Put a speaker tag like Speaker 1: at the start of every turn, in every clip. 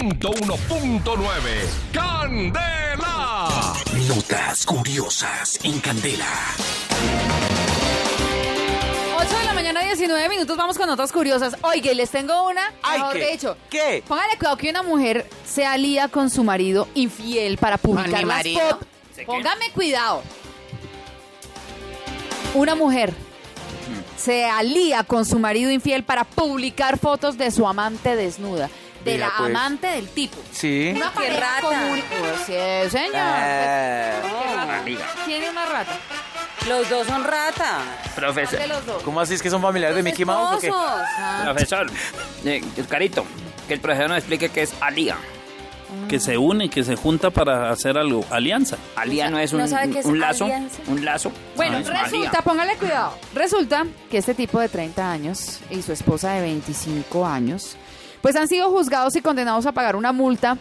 Speaker 1: 101.9 Candela.
Speaker 2: Notas curiosas en Candela.
Speaker 3: 8 de la mañana, 19 minutos, vamos con notas curiosas. Oye, les tengo una,
Speaker 4: Ay,
Speaker 3: mejor
Speaker 4: ¿qué?
Speaker 3: dicho.
Speaker 4: ¿Qué?
Speaker 3: Póngale cuidado que una mujer se alía con su marido infiel para
Speaker 5: ¿Con
Speaker 3: publicar
Speaker 5: mi
Speaker 3: las
Speaker 5: marido?
Speaker 3: pop. Póngame cuidado. Una mujer se alía con su marido infiel para publicar fotos de su amante desnuda. De
Speaker 4: Mira,
Speaker 3: la
Speaker 4: pues.
Speaker 3: amante del tipo.
Speaker 4: Sí.
Speaker 3: Una
Speaker 5: ¡Qué
Speaker 3: pareja
Speaker 5: rata!
Speaker 3: común. Pues, sí, señor. Pues,
Speaker 4: Eh,
Speaker 3: Tiene una rata.
Speaker 5: Los dos son ratas.
Speaker 3: ¿Cuál de los dos?
Speaker 4: ¿Cómo así es que son familiares de Mickey Mouse o qué?
Speaker 5: Esposos.
Speaker 6: Profesor, eh, Carito, que el profesor nos explique qué es Alía.
Speaker 7: Ah. que se une, que se junta para hacer algo, alianza.
Speaker 6: Alía no es
Speaker 5: ¿No
Speaker 6: un,
Speaker 5: sabe qué es
Speaker 6: un lazo.
Speaker 5: alianza?
Speaker 6: Un lazo.
Speaker 3: Bueno,
Speaker 6: Ah, es
Speaker 3: resulta,
Speaker 6: Alía.
Speaker 3: póngale cuidado. Resulta que este tipo de 30 años y su esposa de 25 años, pues han sido juzgados y condenados a pagar una multa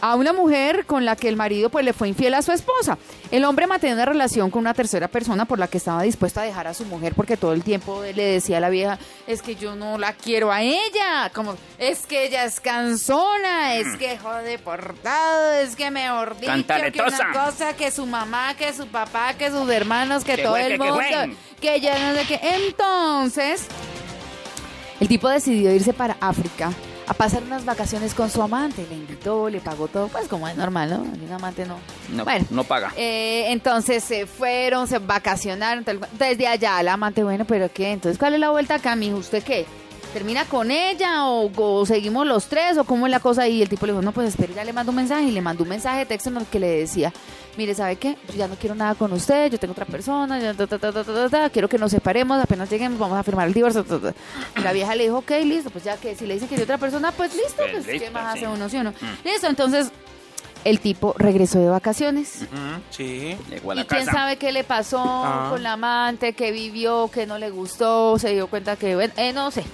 Speaker 3: a una mujer con la que el marido pues le fue infiel a su esposa. El hombre mantenía una relación con una tercera persona por la que estaba dispuesto a dejar a su mujer porque todo el tiempo le decía a la vieja, es que yo no la quiero a ella, como es que ella es cansona, es que jode portado, es que me ordí, que una
Speaker 6: Cantaletosa.
Speaker 3: cosa, que su mamá, que su papá, que sus hermanos, que
Speaker 6: Que
Speaker 3: todo
Speaker 6: juegue,
Speaker 3: el
Speaker 6: que
Speaker 3: mundo,
Speaker 6: jueguen.
Speaker 3: que ya no sé qué. Entonces, el tipo decidió irse para África a pasar unas vacaciones con su amante. Le invitó, le pagó todo, pues como es normal, ¿no? Un amante no.
Speaker 6: No,
Speaker 3: bueno,
Speaker 6: no paga.
Speaker 3: eh, entonces se fueron, se vacacionaron. tal cual. desde allá el amante, bueno, pero ¿qué? Entonces, ¿cuál es la vuelta acá, mijo? ¿Usted qué? ¿Termina con ella o, o seguimos los tres o cómo es la cosa? Y el tipo le dijo, no, pues espere, ya le mando un mensaje. Y le mandó un mensaje de texto en el que le decía, mire, ¿sabe qué? Yo ya no quiero nada con usted, yo tengo otra persona, yo ta, ta, ta, ta, ta, ta, ta, quiero que nos separemos, apenas lleguemos, vamos a firmar el divorcio. ta, ta, ta". La vieja le dijo, ok, listo, pues ya que si le dice que es de otra persona, pues listo,
Speaker 6: Pues
Speaker 3: pues, ¿qué
Speaker 6: listo,
Speaker 3: más
Speaker 6: sí. Mm.
Speaker 3: hace uno, sí o no? Listo, entonces el tipo regresó de vacaciones.
Speaker 4: Mm, Sí.
Speaker 6: Llegó a
Speaker 3: ¿Y
Speaker 6: la
Speaker 3: quién
Speaker 6: casa. Ah.
Speaker 3: sabe qué le pasó con la amante, qué vivió, qué no le gustó, se dio cuenta que, bueno, eh, no sé.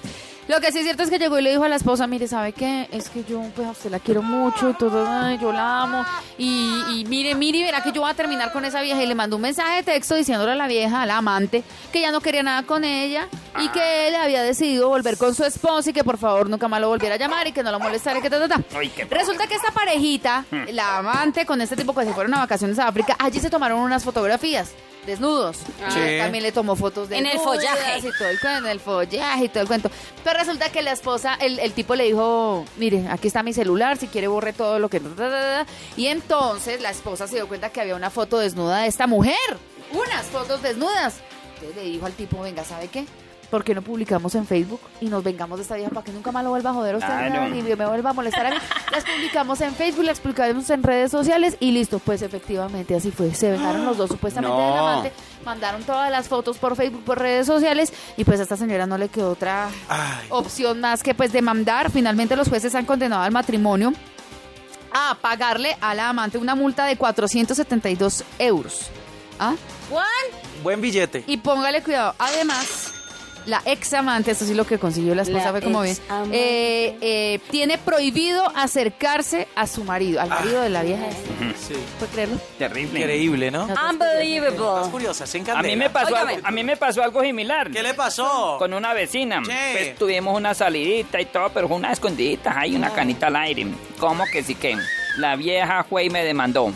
Speaker 3: Lo que sí es cierto es que llegó y le dijo a la esposa, mire, ¿sabe qué? Es que yo, pues, a usted la quiero mucho, y todo, ay, yo la amo. Y, y mire, mire, verá que yo voy a terminar con esa vieja. Y le mandó un mensaje de texto diciéndole a la vieja, a la amante, que ya no quería nada con ella y
Speaker 6: Ah.
Speaker 3: que él había decidido volver con su esposa y que, por favor, nunca más lo volviera a llamar y que no lo molestara y que ta, ta, ta.
Speaker 6: Ay, qué Hmm.
Speaker 3: Resulta que esta parejita, la amante con este tipo que se fueron a vacaciones a África, allí se tomaron unas fotografías desnudos.
Speaker 6: Ah.
Speaker 4: Sí.
Speaker 3: Y También le tomó fotos de
Speaker 5: En el follaje.
Speaker 3: y todo el cuento, en el follaje y todo el cuento. Pero resulta que la esposa, el, el tipo le dijo, mire, aquí está mi celular, si quiere borre todo lo que... ta, ta, ta, ta". Y entonces la esposa se dio cuenta que había una foto desnuda de esta mujer. Unas fotos desnudas. Entonces le dijo al tipo, venga, ¿sabe qué? ¿Por qué no publicamos en Facebook y nos vengamos de esta vieja para que nunca más lo vuelva a joder a usted ni
Speaker 6: Claro.
Speaker 3: nada, ni me vuelva a molestar a mí? Las publicamos en Facebook, las publicamos en redes sociales y listo, pues efectivamente así fue. Se vengaron los dos supuestamente
Speaker 4: No.
Speaker 3: del amante, mandaron todas las fotos por Facebook, por redes sociales y pues a esta señora no le quedó otra
Speaker 4: Ay.
Speaker 3: opción más que pues demandar. Finalmente los jueces han condenado al matrimonio a pagarle a la amante una multa de 472 euros. ¿Ah?
Speaker 4: Buen billete.
Speaker 3: Y póngale cuidado. Además, la ex amante, esto sí lo que consiguió la esposa,
Speaker 5: La
Speaker 3: fue como bien.
Speaker 5: examante.
Speaker 3: eh, eh, tiene prohibido acercarse a su marido, al marido de la vieja. esta.
Speaker 4: Sí.
Speaker 3: ¿Puede creerlo?
Speaker 6: Terrible.
Speaker 4: Increíble, ¿no? Las
Speaker 5: Unbelievable.
Speaker 4: curiosas en
Speaker 6: A
Speaker 4: Candela.
Speaker 6: mí, me pasó
Speaker 5: Óigame.
Speaker 6: algo, a mí me pasó algo similar.
Speaker 4: ¿Qué le pasó?
Speaker 6: Con una vecina.
Speaker 4: Sí.
Speaker 6: Pues tuvimos una salidita y todo, pero fue una escondidita. Hay una canita al aire. ¿Cómo que sí que? La vieja fue y me demandó.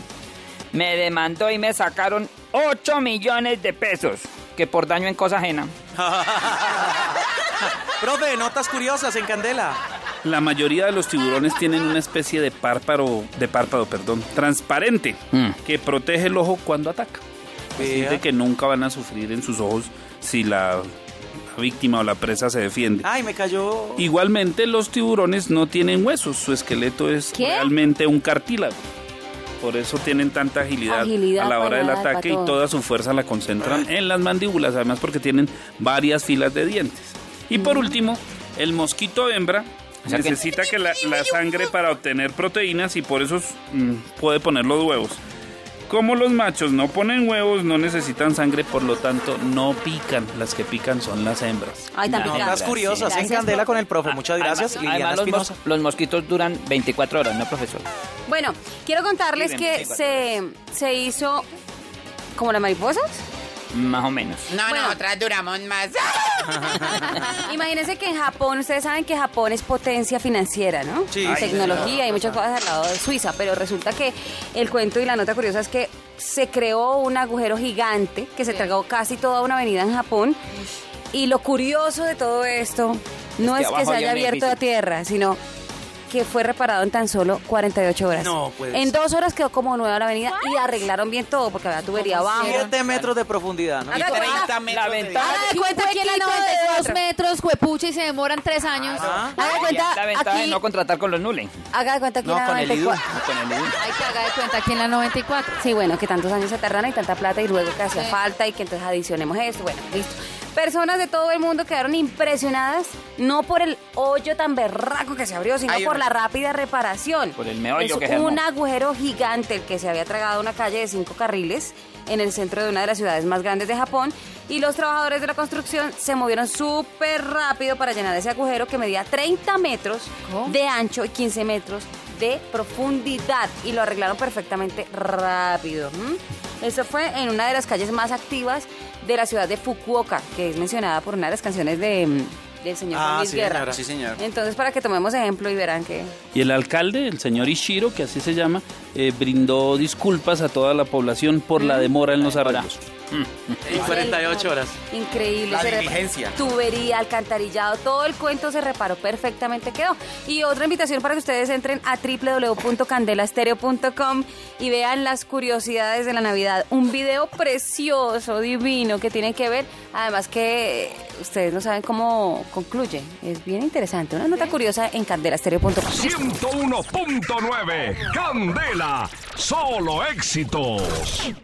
Speaker 6: Me demandó y me sacaron 8 millones de pesos. Que por daño en cosa ajena.
Speaker 4: Profe, notas curiosas en Candela.
Speaker 7: La mayoría de los tiburones tienen una especie de párpado, de párpado, perdón, transparente
Speaker 6: Mm.
Speaker 7: que protege el ojo cuando ataca. Así
Speaker 4: Vea.
Speaker 7: de que nunca van a sufrir en sus ojos si la víctima o la presa se defiende.
Speaker 4: Ay, me cayó.
Speaker 7: Igualmente, los tiburones no tienen huesos, su esqueleto es
Speaker 5: ¿Qué?
Speaker 7: realmente un cartílago. Por eso tienen tanta agilidad,
Speaker 5: Agilidad
Speaker 7: a la hora
Speaker 5: para
Speaker 7: del
Speaker 5: dar, para
Speaker 7: ataque y
Speaker 5: todo.
Speaker 7: toda su fuerza la concentran en las mandíbulas, además porque tienen varias filas de dientes. Y por último, el mosquito hembra
Speaker 6: O sea que-
Speaker 7: necesita que, la, la sangre para obtener proteínas y por eso mm, puede poner los huevos. Como los machos no ponen huevos, no necesitan sangre, por lo tanto no pican. Las que pican son las hembras.
Speaker 5: Ay, tan
Speaker 6: No,
Speaker 5: picante.
Speaker 4: Notas curiosas
Speaker 5: Gracias,
Speaker 4: en Candela
Speaker 5: profe.
Speaker 4: con el profe. Pues, Muchas gracias,
Speaker 6: Además-
Speaker 4: Liliana
Speaker 6: además los, mos-
Speaker 4: Espinosa.
Speaker 6: los mosquitos duran 24 horas, ¿no, profesor?
Speaker 5: Bueno, quiero contarles
Speaker 6: Sí,
Speaker 5: que
Speaker 6: 24
Speaker 5: se, se hizo como las mariposas.
Speaker 6: Más o menos.
Speaker 1: No,
Speaker 5: Bueno.
Speaker 1: nosotras duramos más.
Speaker 5: Imagínense que en Japón, ustedes saben que Japón es potencia financiera, ¿no?
Speaker 4: Sí.
Speaker 5: Y
Speaker 4: Ay,
Speaker 5: Tecnología y muchas cosas al lado de Suiza, pero resulta que el cuento y la nota curiosa es que se creó un agujero gigante que se tragó casi toda una avenida en Japón. Y lo curioso de todo esto no
Speaker 6: que
Speaker 5: es que
Speaker 6: abajo
Speaker 5: se
Speaker 6: había
Speaker 5: haya
Speaker 6: un
Speaker 5: abierto a
Speaker 6: edificio.
Speaker 5: tierra, sino que fue reparado en tan solo 48 horas.
Speaker 4: No pues. puede
Speaker 5: en
Speaker 4: ser.
Speaker 5: dos horas quedó como nueva la avenida y arreglaron bien todo porque había tubería abajo.
Speaker 4: Siete metros de profundidad, ¿no?
Speaker 5: Haga de cuenta-
Speaker 6: La ventaja,
Speaker 3: Haga de cuenta aquí a
Speaker 5: huequito de
Speaker 3: 92
Speaker 5: otro.
Speaker 3: metros, juepucha, y se demoran tres años.
Speaker 4: Ah.
Speaker 5: Haga de cuenta,
Speaker 6: la ventaja de
Speaker 5: aquí-
Speaker 6: no contratar con los nules.
Speaker 5: Haga de cuenta que
Speaker 4: No,
Speaker 5: era
Speaker 4: con el
Speaker 5: 94.
Speaker 6: Con el nul.
Speaker 3: Hay que haga de cuenta aquí en la 94.
Speaker 5: Sí, bueno, que tantos años se tardan y tanta plata y luego que hacía
Speaker 3: Sí.
Speaker 5: falta y que entonces adicionemos esto, bueno, listo. Personas de todo el mundo quedaron impresionadas, no por el hoyo tan berraco que se abrió, sino
Speaker 1: Ay,
Speaker 5: por
Speaker 1: una-
Speaker 5: la rápida reparación.
Speaker 6: Por el meollo
Speaker 5: Es
Speaker 6: que se armó.
Speaker 5: un agujero gigante el que se había tragado una calle de cinco carriles en el centro de una de las ciudades más grandes de Japón y los trabajadores de la construcción se movieron súper rápido para llenar ese agujero que medía 30 metros
Speaker 3: ¿Cómo?
Speaker 5: de ancho y 15 metros de profundidad y lo arreglaron perfectamente rápido. ¿m? Eso fue en una de las calles más activas de la ciudad de Fukuoka, que es mencionada por una de las canciones de, mm, del señor Juan
Speaker 4: Ah,
Speaker 5: Luis
Speaker 4: sí,
Speaker 5: Guerra.
Speaker 4: señora, sí, señor.
Speaker 5: Entonces, para que tomemos ejemplo y verán que...
Speaker 7: Y el alcalde, el señor Ishiro, que así se llama, eh, brindó disculpas a toda la población por la demora en los arreglos.
Speaker 4: En 48 horas.
Speaker 5: Increíble.
Speaker 1: La
Speaker 5: se repa-
Speaker 1: diligencia.
Speaker 5: Tubería, alcantarillado, todo el cuento se reparó perfectamente, quedó. Y otra invitación para que ustedes entren a www.candelastereo.com y vean las curiosidades de la Navidad. Un video precioso, divino, que tienen que ver. Además que eh, ustedes no saben cómo concluye. Es bien interesante. Una nota curiosa en candelastereo.com.
Speaker 8: 101.9 Candela, solo éxitos.